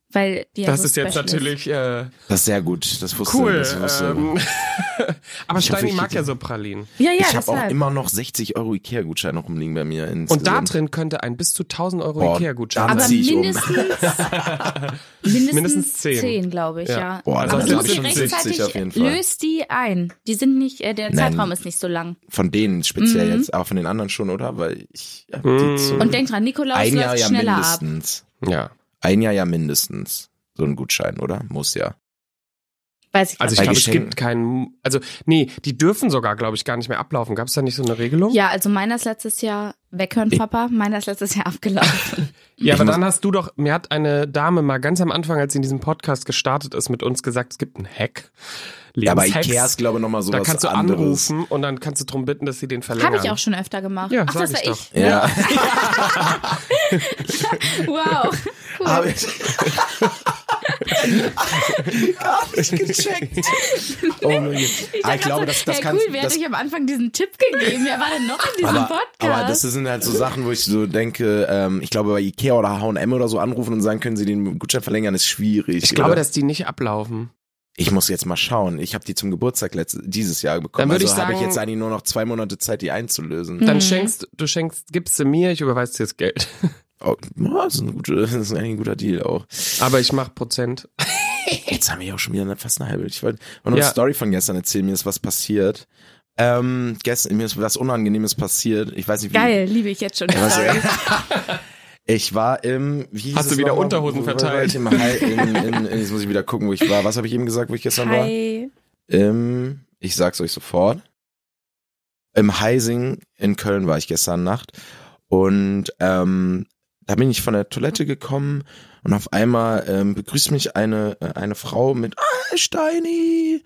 C: Weil die ja
B: das
C: so
B: ist jetzt
C: special
B: natürlich äh,
A: Das ist sehr gut. Das wusste
B: cool.
A: Das wusste.
B: Ähm, aber
A: hoffe,
B: Steini
A: ich
B: mag
A: hätte-
B: ja so Pralinen.
C: Ist. Ja, ja,
A: ich habe auch
C: deshalb.
A: immer noch 60 Euro Ikea-Gutschein noch rumliegen bei mir.
B: Und da
A: insgesamt.
B: drin könnte ein bis zu 1000 Euro
A: Boah,
B: Ikea-Gutschein
A: dann
C: aber
B: sein.
A: zieh ich um.
C: mindestens, mindestens,
B: Mindestens zehn.
C: zehn, glaube ich,
B: Ja.
C: ja.
A: Boah,
C: aber
A: das
C: du
A: hab
C: musst
A: ich schon 70 auf jeden
C: rechtzeitig
A: Fall.
C: löst die ein. Die sind nicht, äh, der
A: Nein.
C: Zeitraum ist nicht so lang.
A: Von denen speziell jetzt, auch von den anderen schon, oder? Weil ich hab die
B: Mhm.
A: zu
C: Mhm. Und denk dran, Nikolaus
A: ein Jahr
C: läuft
A: ja
C: schneller ab.
A: mindestens.
B: Ja.
A: Ein Jahr ja mindestens. So ein Gutschein, oder? Muss ja.
C: Weiß ich
B: Also ich
A: Bei
B: glaube, es
A: Geschenken.
B: gibt keinen, also nee, die dürfen sogar, glaube ich, gar nicht mehr ablaufen. Gab es da nicht so eine
A: Hm?
B: Regelung?
C: Ja, also meiner ist letztes Jahr weghören, Papa. Meiner ist letztes Jahr abgelaufen.
A: Ich
B: Ja, aber
A: muss-
B: dann hast du doch, mir hat eine Dame mal ganz am Anfang, als sie in diesem Podcast gestartet ist, mit uns gesagt, es gibt einen Hack.
A: Ja, aber
B: Lebenshacks.
A: Ikea ist, glaube ich, nochmal
B: Da
A: sowas
B: kannst du
A: anderes.
B: anrufen und dann kannst du darum bitten, dass sie den verlängern.
C: Habe ich auch schon öfter gemacht.
B: Ja,
C: Ach,
B: sag
C: das war
B: ich doch.
C: ich.
A: Ja.
C: Wow.
A: Hab ich gar nicht gecheckt. Oh mein Gott.
C: Ich,
A: Ah,
C: dachte
A: ich glaube,
C: so,
A: das, das
C: ja,
A: kannst
C: cool, wer
A: das,
C: hat euch am Anfang diesen Tipp gegeben? Wer war denn noch in diesem
A: aber,
C: Podcast?
A: aber das sind halt so Sachen, wo ich so denke, ähm, ich glaube bei Ikea oder H&M oder so anrufen und sagen, können sie den Gutschein verlängern, ist schwierig.
B: Ich glaube,
A: oder?
B: dass die nicht ablaufen.
A: Ich muss jetzt mal schauen. Ich habe die zum Geburtstag letztes, dieses Jahr bekommen.
B: Dann würde ich
A: also habe ich
B: sagen- Hm.
A: jetzt eigentlich nur noch zwei Monate Zeit, die einzulösen.
C: Mhm.
B: Dann schenkst du, schenkst, gibst sie mir, ich überweise dir das Geld.
A: Oh, das ist ein guter, das ist eigentlich ein guter Deal auch.
B: Aber ich mach Prozent.
A: Jetzt haben wir ja auch schon wieder eine, fast eine halbe. Ich wollte wollte noch
B: Ja.
A: eine Story von gestern erzählen. Mir ist was passiert. Ähm, gestern, mir ist was Unangenehmes passiert. Ich weiß nicht, wie.
C: Geil, liebe ich jetzt schon.
A: Was, Ich war im. Wie
B: Hast du wieder Unterhosen verteilt?
A: Im, Hi- in, in, in, jetzt muss ich wieder gucken, wo ich war. Was habe ich eben gesagt, wo ich gestern
C: Hi.
A: war? Im, ich sag's euch sofort. Im Heising in Köln war ich gestern Nacht. Und ähm, da bin ich von der Toilette gekommen und auf einmal ähm, begrüßt mich eine, äh, eine Frau mit Ah, Steini!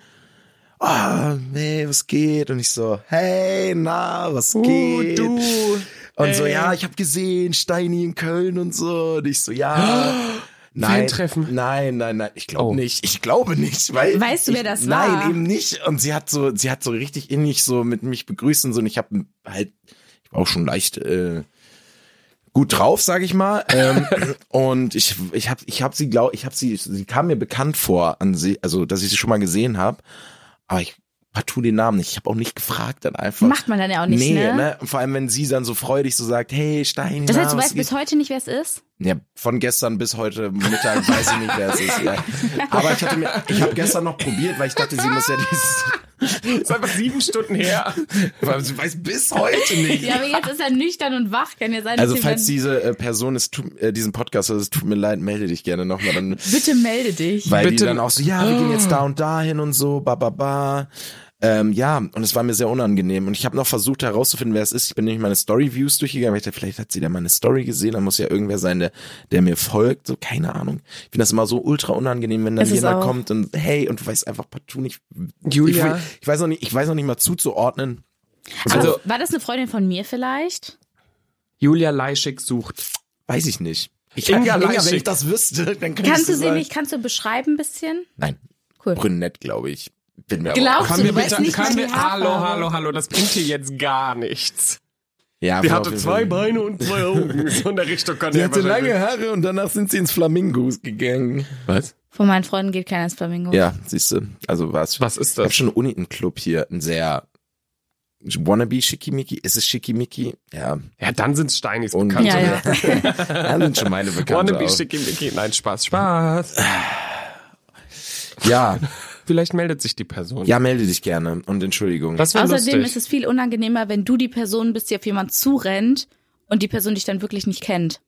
A: Ah, nee, was geht? Und ich so, hey, na, was
B: Oh, Uh,
A: geht? Und so,
B: Ey.
A: ja, ich habe gesehen, Steini in Köln und so. Und ich so, ja. Nein,
B: Fan-Treffen.
A: nein, nein, nein, ich glaube
B: Oh.
A: nicht. Ich glaube nicht, weil
C: Weißt du,
A: ich,
C: wer das
A: nein,
C: war?
A: eben nicht. Und sie hat so, sie hat so richtig innig so mit mich begrüßt und so. Und ich habe halt, ich war auch schon leicht äh, gut drauf, sag ich mal. Ähm, und ich, ich habe, ich habe sie, glaub, ich habe sie, sie kam mir bekannt vor an sie, also dass ich sie schon mal gesehen habe, aber ich partout den Namen nicht. Ich habe auch nicht gefragt dann einfach.
C: Macht man dann ja auch nicht,
A: nee,
C: ne?
A: Und Vor allem, wenn sie dann so freudig so sagt, hey Stein,
C: Das heißt, du weißt bis heute nicht, wer es ist?
A: ja, von gestern bis heute Mittag weiß ich nicht, wer es ist. Ja. Aber ich hatte mir, ich habe gestern noch probiert, weil ich dachte, sie muss ja dieses,
B: ist einfach sieben Stunden her.
A: weil sie weiß bis heute nicht.
C: Ja, aber jetzt ist er nüchtern und wach. Kann ja sein,
A: Also
C: dass
A: falls
C: jemand-
A: diese äh, Person es tut, äh, diesen Podcast, hört, es tut mir leid, melde dich gerne nochmal dann,
C: Bitte melde dich.
A: weil
B: Bitte.
A: die dann auch so, ja, wir gehen jetzt da und da hin und so, ba ba ba. Ähm, ja, und es war mir sehr unangenehm und ich habe noch versucht herauszufinden, wer es ist. Ich bin nämlich meine Story-Views durchgegangen, weil ich dachte, vielleicht hat sie da meine Story gesehen, dann muss ja irgendwer sein, der, der mir folgt, so keine Ahnung. Ich finde das immer so ultra unangenehm, wenn dann
C: Es ist
A: jemand
C: auch.
A: kommt und hey, und du weißt einfach partout nicht,
B: Julia.
A: ich, ich weiß noch nicht, ich weiß noch nicht mal zuzuordnen.
C: also,
B: Also-
C: war das eine Freundin von mir vielleicht?
B: Julia Leischig sucht.
A: Weiß ich nicht. Ich,
B: Inga
A: wenn
B: Leischig.
A: ich das wüsste, dann kann
C: Kannst
A: ich
C: du sie
A: sagen.
C: nicht, kannst du beschreiben ein bisschen?
A: Nein.
C: Cool.
A: Brünett, glaube ich. Bin mir
C: Glaubst
A: aber
C: du, du weißt nicht mal
B: kann
C: die
B: mir,
C: Haarfarbe.
B: hallo, hallo, hallo, das bringt dir jetzt gar nichts.
A: Ja,
B: Die
A: war
B: hatte
A: auf jeden
B: zwei
A: Fall-
B: Beine und zwei Augen. So in der Richtung kann
A: Sie
B: der
A: hatte
B: wahrscheinlich-
A: lange Haare und danach sind sie ins Flamingos gegangen. Was?
C: Von meinen Freunden geht keiner ins Flamingo.
A: Ja, siehst du. Also war's.
B: Was ist
A: Ich habe
B: das?
A: schon einen Uni-Club hier, ein sehr wannabe Schickimicki. Ist es Schickimicki? Ja.
B: Ja, dann sind's Steinis
A: Und
B: bekannt.
C: Ja, ja.
A: ja. sind schon meine Bekannte.
B: Wannabe
A: auch.
B: Schickimicki. Nein, Spaß, Spaß.
A: Ja,
B: Vielleicht meldet sich die Person.
A: ja, melde dich gerne und Entschuldigung.
B: Das wäre
C: Außerdem
B: lustig.
C: ist es viel unangenehmer, wenn du die Person bist, die auf jemanden zurennt und die Person dich dann wirklich nicht kennt.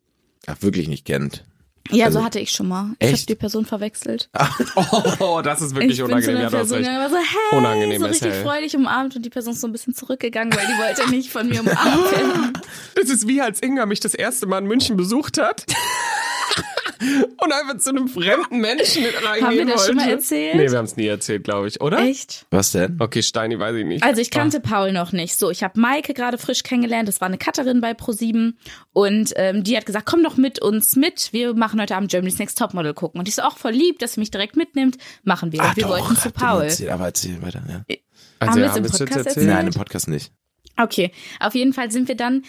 A: Ach, wirklich nicht kennt.
C: Ja, so
A: Also-
C: hatte ich schon mal. Ich habe
A: Echt?
C: die Person verwechselt.
B: oh, das ist wirklich
C: ich bin zu
B: unangenehm.
C: einer
B: Ja, du hast
C: Person
B: recht.
C: gegangen, war so, hey,
B: Unangenehm
C: so
B: as
C: richtig
B: hell.
C: freudig umarmt und die Person ist so ein bisschen zurückgegangen, weil die wollte nicht von mir umarmt werden.
B: Das ist wie als Inga mich das erste Mal in München besucht hat. Und einfach zu einem fremden Menschen mit reingehen
C: Haben wir das
B: wollte.
C: schon mal erzählt?
B: Nee, wir haben es nie erzählt, glaube ich, oder?
C: Echt?
A: Was denn?
B: Okay, Steini weiß ich nicht.
C: Also ich kannte Paul noch nicht. So, ich habe Maike gerade frisch kennengelernt. Das war eine Cutterin bei ProSieben und ähm, die hat gesagt, komm doch mit uns mit. Wir machen heute Abend Germany's Next Topmodel gucken. Und ich so auch voll lieb, dass sie mich direkt mitnimmt. Machen wir.
A: Ah,
C: wir
A: doch,
C: wollten
A: hat
C: zu
A: die
C: Paul. Äh,
A: Erzählt, aber erzähl weiter, ja.
B: Also,
C: haben wir
B: ja,
C: es im
B: wir's jetzt
C: Podcast
B: erzählt?
C: erzählt?
A: Nein, im Podcast nicht.
C: Okay, auf jeden Fall sind wir dann.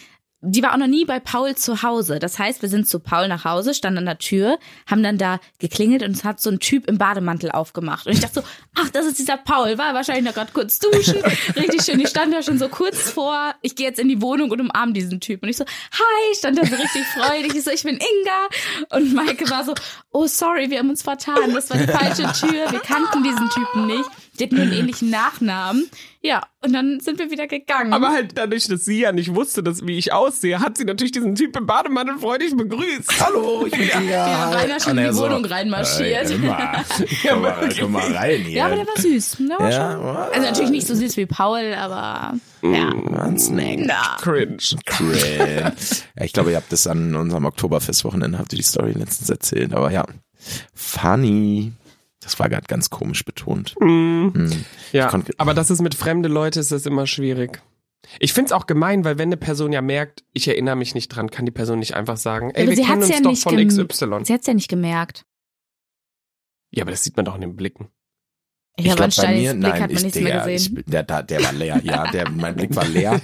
C: Die war auch noch nie bei Paul zu Hause. Das heißt, wir sind zu Paul nach Hause, standen an der Tür, haben dann da geklingelt und es hat so ein Typ im Bademantel aufgemacht. Und ich dachte so, ach, das ist dieser Paul, war wahrscheinlich noch gerade kurz duschen. Richtig schön. Ich stand da schon so kurz vor, ich gehe jetzt in die Wohnung und umarme diesen Typ. Und ich so, hi, stand da so richtig freudig. Ich so, ich bin Inga. Und Maike war so, oh sorry, wir haben uns vertan. Das war die falsche Tür. Wir kannten diesen Typen nicht. Die hatten nur einen ähnlichen Nachnamen. Ja, und dann sind wir wieder gegangen.
B: Aber halt dadurch, dass sie ja nicht wusste, dass, wie ich aussehe, hat sie natürlich diesen Typ im Bademantel freudig begrüßt.
A: Hallo, Oh, ich bin Inga.
C: Ja, Rainer schon in die
A: Und er
C: Wohnung reinmarschiert.
A: Ey, immer. Komm mal, komm mal rein hier.
C: Ja, aber der war süß. Der war
A: Ja,
C: schon.
A: wow. Mm,
C: Also natürlich nicht so süß wie Paul, aber ja.
A: Ein Snack.
C: Na.
B: Cringe.
A: Cringe. ja, ich glaube, ihr habt das an unserem Oktoberfestwochenende, habt ihr die Story letztens erzählt. Aber ja, funny. Das war gerade ganz komisch betont. Hm.
B: Ja,
A: konnt-
B: aber das ist mit fremden Leuten ist das immer schwierig. Ich find's auch gemein, weil wenn eine Person ja merkt, ich erinnere mich nicht dran, kann die Person nicht einfach sagen, ey,
C: aber
B: wir
C: sie
B: kennen
C: hat's
B: uns
C: ja
B: doch
C: nicht
B: von
C: gem-
B: XY.
C: Sie hat's ja nicht gemerkt.
B: Ja, aber das sieht man doch in den Blicken.
C: Ja, aber
A: glaub,
C: an Steinis Blick
A: nein,
C: hat man
A: ich,
C: nichts
A: Digga,
C: mehr gesehen.
A: Ich, der, der, der war leer, ja, der, mein Blick war leer.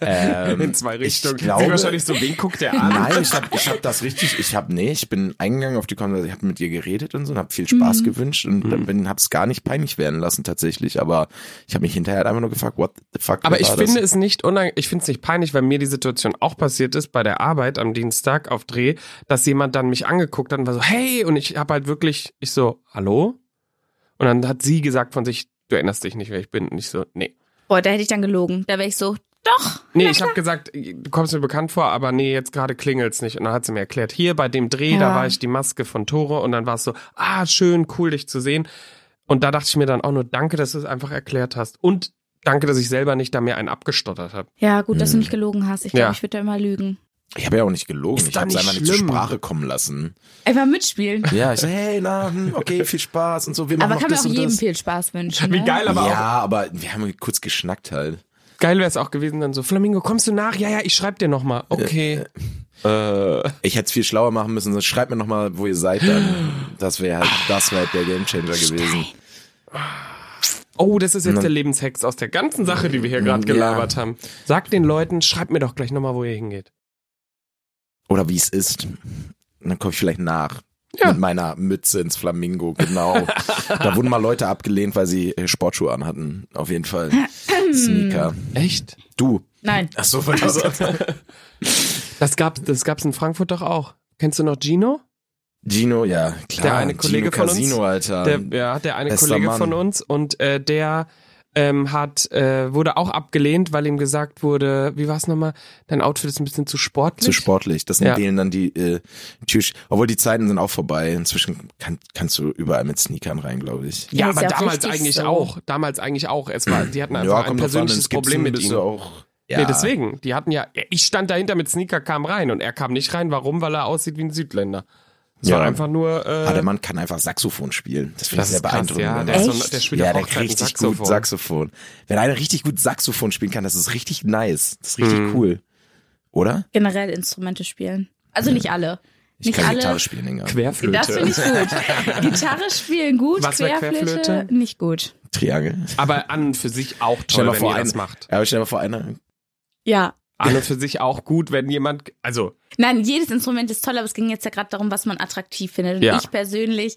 A: Ähm,
B: in zwei Richtungen.
A: Ich glaube,
B: Sie wahrscheinlich so, wen guckt der an?
A: Nein, ich habe ich hab das richtig, ich habe, nee, ich bin eingegangen auf die Konversation, ich habe mit ihr geredet und so und habe viel Spaß gewünscht und mhm. habe es gar nicht peinlich werden lassen tatsächlich, aber ich habe mich hinterher halt einfach nur gefragt, what the fuck
B: Aber ich
A: war das?
B: finde es nicht unang ich finde es nicht peinlich, weil mir die Situation auch passiert ist bei der Arbeit am Dienstag auf Dreh, dass jemand dann mich angeguckt hat und war so, hey, und ich habe halt wirklich, ich so, hallo? Und dann hat sie gesagt von sich, du erinnerst dich nicht, wer ich bin. Und ich so, nee.
C: Boah, da hätte ich dann gelogen. Da wäre ich so, Doch.
B: Nee, ich habe gesagt, du kommst mir bekannt vor, aber nee, jetzt gerade klingelt's nicht. Und dann hat sie mir erklärt, hier bei dem Dreh,
C: Ja.
B: da war ich die Maske von Tore und dann war es so, ah, schön, cool, dich zu sehen. Und da dachte ich mir dann auch nur, danke, dass du es einfach erklärt hast. Und danke, dass ich selber nicht da mehr einen abgestottert habe.
C: Ja, gut,
A: Mm.
C: dass du nicht gelogen hast. Ich glaube,
B: Ja.
C: ich würde da immer lügen.
A: Ich habe ja auch nicht gelogen.
B: Ist
A: ich
B: doch
A: habe es
B: nicht
A: einfach nicht zur
B: schlimm.
A: Sprache kommen lassen.
C: Einfach mitspielen.
A: Ja, ich so, hey, na, hm, okay, viel Spaß und so. Wir machen
C: Aber
A: noch
C: kann man
A: das
C: auch
A: und
C: jedem
A: das.
C: viel Spaß wünschen.
B: Wie
C: ne?
B: geil, aber auch.
A: Ja, aber wir haben kurz geschnackt halt.
B: Geil wäre es auch gewesen, dann so, Flamingo, kommst du nach? Ja, ja, ich schreib dir nochmal. Okay.
A: Ich hätte es viel schlauer machen müssen. Sonst schreibt mir nochmal, wo ihr seid dann. Das wäre halt, das wäre halt der Gamechanger gewesen.
B: Oh, das ist jetzt der Lebenshex aus der ganzen Sache, die wir hier gerade
A: Ja.
B: gelabert haben. Sag den Leuten, schreibt mir doch gleich nochmal, wo ihr hingeht.
A: Oder wie es ist. Dann komme ich vielleicht nach.
B: Ja.
A: Mit meiner Mütze ins Flamingo, genau. da wurden mal Leute abgelehnt, weil sie äh, Sportschuhe anhatten. Auf jeden Fall. Sneaker.
B: Echt?
A: Du.
C: Nein.
A: Ach so, weil du
B: Das gab das gab's in Frankfurt doch auch. Kennst du noch Gino?
A: Gino, ja, klar.
B: Der eine Kollege
A: Gino
B: von uns,
A: Casino, Alter.
B: Der, ja, der eine
A: Ähm, bester
B: Kollege
A: Mann.
B: von uns und äh, der ähm, hat äh, wurde auch abgelehnt, weil ihm gesagt wurde, wie war's nochmal? Dein Outfit ist ein bisschen zu sportlich.
A: zu sportlich. Das
B: Ja.
A: wählen dann die äh, Türsch. Obwohl die Zeiten sind auch vorbei. Inzwischen kann, kannst du überall mit Sneakern rein, glaube ich.
B: Ja,
C: Ja, ist
B: aber
C: ja auch
B: damals
C: richtig
B: eigentlich
C: so.
B: auch. Damals eigentlich auch. Es war, die hatten einfach ein
A: kommt drauf an,
B: persönliches
A: ins Gibson
B: Problem mit
A: bist
B: ihm.
A: du Auch, ja,
B: Nee, deswegen. Die hatten ja, ich stand dahinter mit Sneaker, kam rein und er kam nicht rein. Warum? Weil er aussieht wie ein Südländer. Es
A: Ja.
B: war einfach nur.
A: Aber
B: Äh,
A: der Mann kann einfach Saxophon spielen. Das finde ich
B: das
A: sehr
B: ist krass,
A: beeindruckend.
B: ja.
A: wenn
B: Der,
A: man-
B: ist
C: Echt?
B: so, der spielt
A: ja,
B: auf
A: der kann
B: Hochzeiten
A: richtig
B: Saxophon.
A: gut Saxophon. Wenn einer richtig gut Saxophon spielen kann, das ist richtig nice. Das ist richtig
B: Mhm.
A: cool. Oder?
C: Generell Instrumente spielen. Also nicht alle.
A: Ich
C: nicht
A: kann
C: alle.
A: Gitarre spielen, Inga.
B: Querflöte.
C: Das finde ich gut. Gitarre spielen gut,
B: Was wär
C: Querflöte,
B: Querflöte?
C: nicht gut.
A: Triangel.
B: Aber an und für sich auch
A: Stell
B: toll,
A: mal
B: wenn
A: vor,
B: ihr
A: einen,
B: das macht.
A: Ja, aber stell mal vor, einer
C: Ja.
B: An und für sich auch gut, wenn jemand. Also,
C: Nein, jedes Instrument ist toll, aber es ging jetzt ja gerade darum, was man attraktiv findet. Und
B: Ja.
C: ich persönlich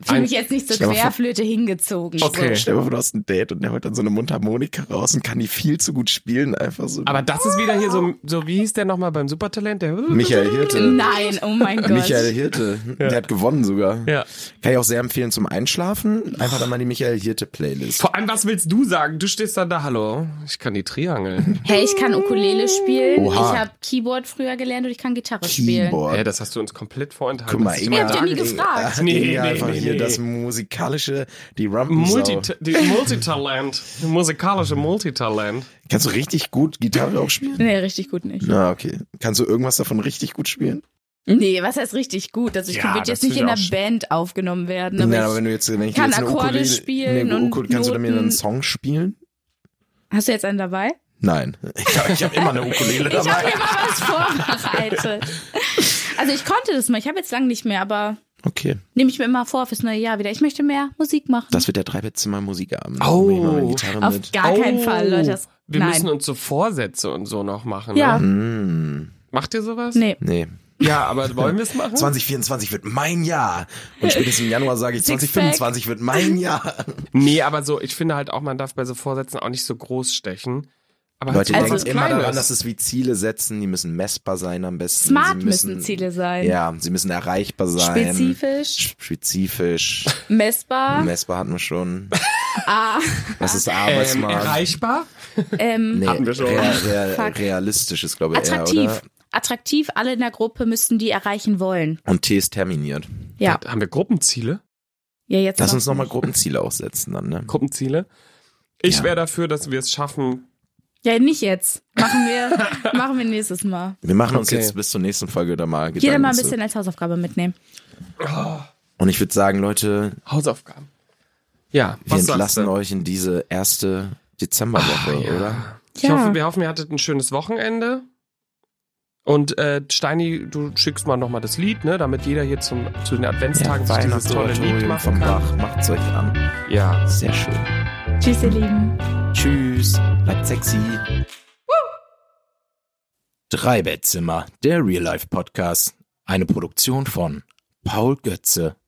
C: fühle
B: Ein-
C: mich jetzt nicht zur
A: Stell mal vor-
C: Querflöte hingezogen.
B: Okay.
C: So.
A: Stell dir vor, du hast ein Date und der holt dann so eine Mundharmonika raus und kann die viel zu gut spielen, einfach so.
B: aber das ist wieder hier so, so wie hieß der nochmal beim Supertalent? Der
A: Michael Hirte.
C: Nein, oh mein Gott.
A: Michael Hirte, der hat gewonnen sogar.
B: Ja.
A: Kann ich auch sehr empfehlen zum Einschlafen. Einfach dann mal die Michael Hirte Playlist.
B: Vor allem, was willst du sagen? Du stehst dann da, hallo, ich kann die Triangel.
C: Hey, ich kann Ukulele spielen,
A: Oha.
C: ich habe Keyboard früher gelernt und ich kann Gitarre spielen.
A: Keyboard.
B: Ey, das hast du uns komplett vorenthalten.
A: Guck mal,
B: Das ist
A: Inga,
C: Ihr habt ja nie
A: Inga-
C: gefragt.
A: Inga
B: Nee, nee,
A: einfach
B: nee,
A: hier
B: nee.
A: das musikalische, die Rumpensau.
B: Multi die Multitalent. Musikalische Multitalent.
A: Kannst du richtig gut Gitarre auch spielen?
C: Nee, richtig gut nicht.
A: Na, okay. Kannst du irgendwas davon richtig gut spielen?
C: Nee, was heißt richtig gut? Also ich
B: Ja,
C: würde
B: das
C: jetzt nicht
B: find
C: in
B: ich
C: der
B: auch sch-
C: Band aufgenommen werden. Aber
A: Na, aber
C: ich,
A: wenn du jetzt, wenn ich dir
C: kann
A: jetzt eine
C: Akkorde
A: Ukulele,
C: spielen
A: eine
C: und
A: Ukule- kannst du dann mir dann einen
C: Noten.
A: Song spielen?
C: hast du jetzt einen dabei?
A: Nein. Ich habe hab immer eine Ukulele
C: Ich habe
A: dabei.
C: mir mal was vorbereitet. Also ich konnte das mal. Ich habe jetzt lange nicht mehr, aber
A: Okay.
C: nehme ich mir immer vor fürs neue Jahr wieder. Ich möchte mehr Musik machen.
A: Das wird der Dreibettzimmer Musikabend.
B: Oh.
A: Bring mal meine Gitarre
C: Auf
A: mit.
C: gar keinen
B: Oh,
C: Fall, Leute. Das,
B: Wir
C: nein.
B: müssen uns so Vorsätze und so noch machen.
C: Ja.
B: Ne?
A: Hm,
B: Macht ihr sowas?
C: nee.
A: nee.
B: Ja, aber wollen wir es machen?
A: 2024 wird mein Jahr. Und spätestens im Januar sage ich,
C: Sixpack.
A: 2025 wird mein Jahr.
B: Nee, aber so, ich finde halt auch, man darf bei so Vorsätzen auch nicht so groß stechen. Aber
A: Leute,
B: halt
C: Also-
B: so was
A: denkt immer
B: Kleines.
A: daran, dass es wie Ziele setzen, die müssen messbar sein am besten.
C: Smart
A: sie
C: müssen, Ziele sein.
A: Ja, sie müssen erreichbar sein.
C: Spezifisch,
A: Spezifisch.
C: messbar,
A: Messbar hatten wir schon.
C: ah,
A: Was ist A bei
B: ähm,
A: Smart?
B: erreichbar.
C: ähm,
A: Nee,
B: Hatten wir schon.
A: Real, real,
C: Fuck.
A: realistisch ist, glaube ich, eher,
C: attraktiv.
A: oder?
C: Attraktiv, alle in der Gruppe müssen die erreichen wollen.
A: Und T ist terminiert.
C: Ja,
B: Haben wir Gruppenziele?
C: ja jetzt
A: Lass
C: noch
A: uns nochmal
C: nicht.
A: Gruppenziele aufsetzen dann, ne?
B: Gruppenziele? Ich
A: Ja.
B: wäre dafür, dass wir es schaffen.
C: Ja, nicht jetzt. Machen wir, machen wir nächstes Mal.
A: Wir machen uns
B: Okay.
A: jetzt bis zur nächsten Folge da mal Gedanken
C: Jeder mal ein
A: zu.
C: bisschen als Hausaufgabe mitnehmen.
A: Und ich würde sagen, Leute,
B: Oh, Hausaufgaben. Ja,
A: wir
B: was sagst
A: entlassen
B: du?
A: euch in diese erste Dezemberwoche, oder?
B: Ich
C: Ja.
B: hoffe, wir hoffen, ihr hattet ein schönes Wochenende. Und äh, Steini, du schickst mal nochmal das Lied, ne, damit jeder hier zum, zu den Adventstagen sich dieses tolle Lied
A: Weihnachtsoratorium
B: machen
A: von
B: kann.
A: Bach. Macht's euch an.
B: Ja.
A: Sehr schön.
C: Tschüss, ihr Lieben.
A: Tschüss. Bleibt sexy. Drei Bettzimmer, der Real Life Podcast. Eine Produktion von Paul Götze.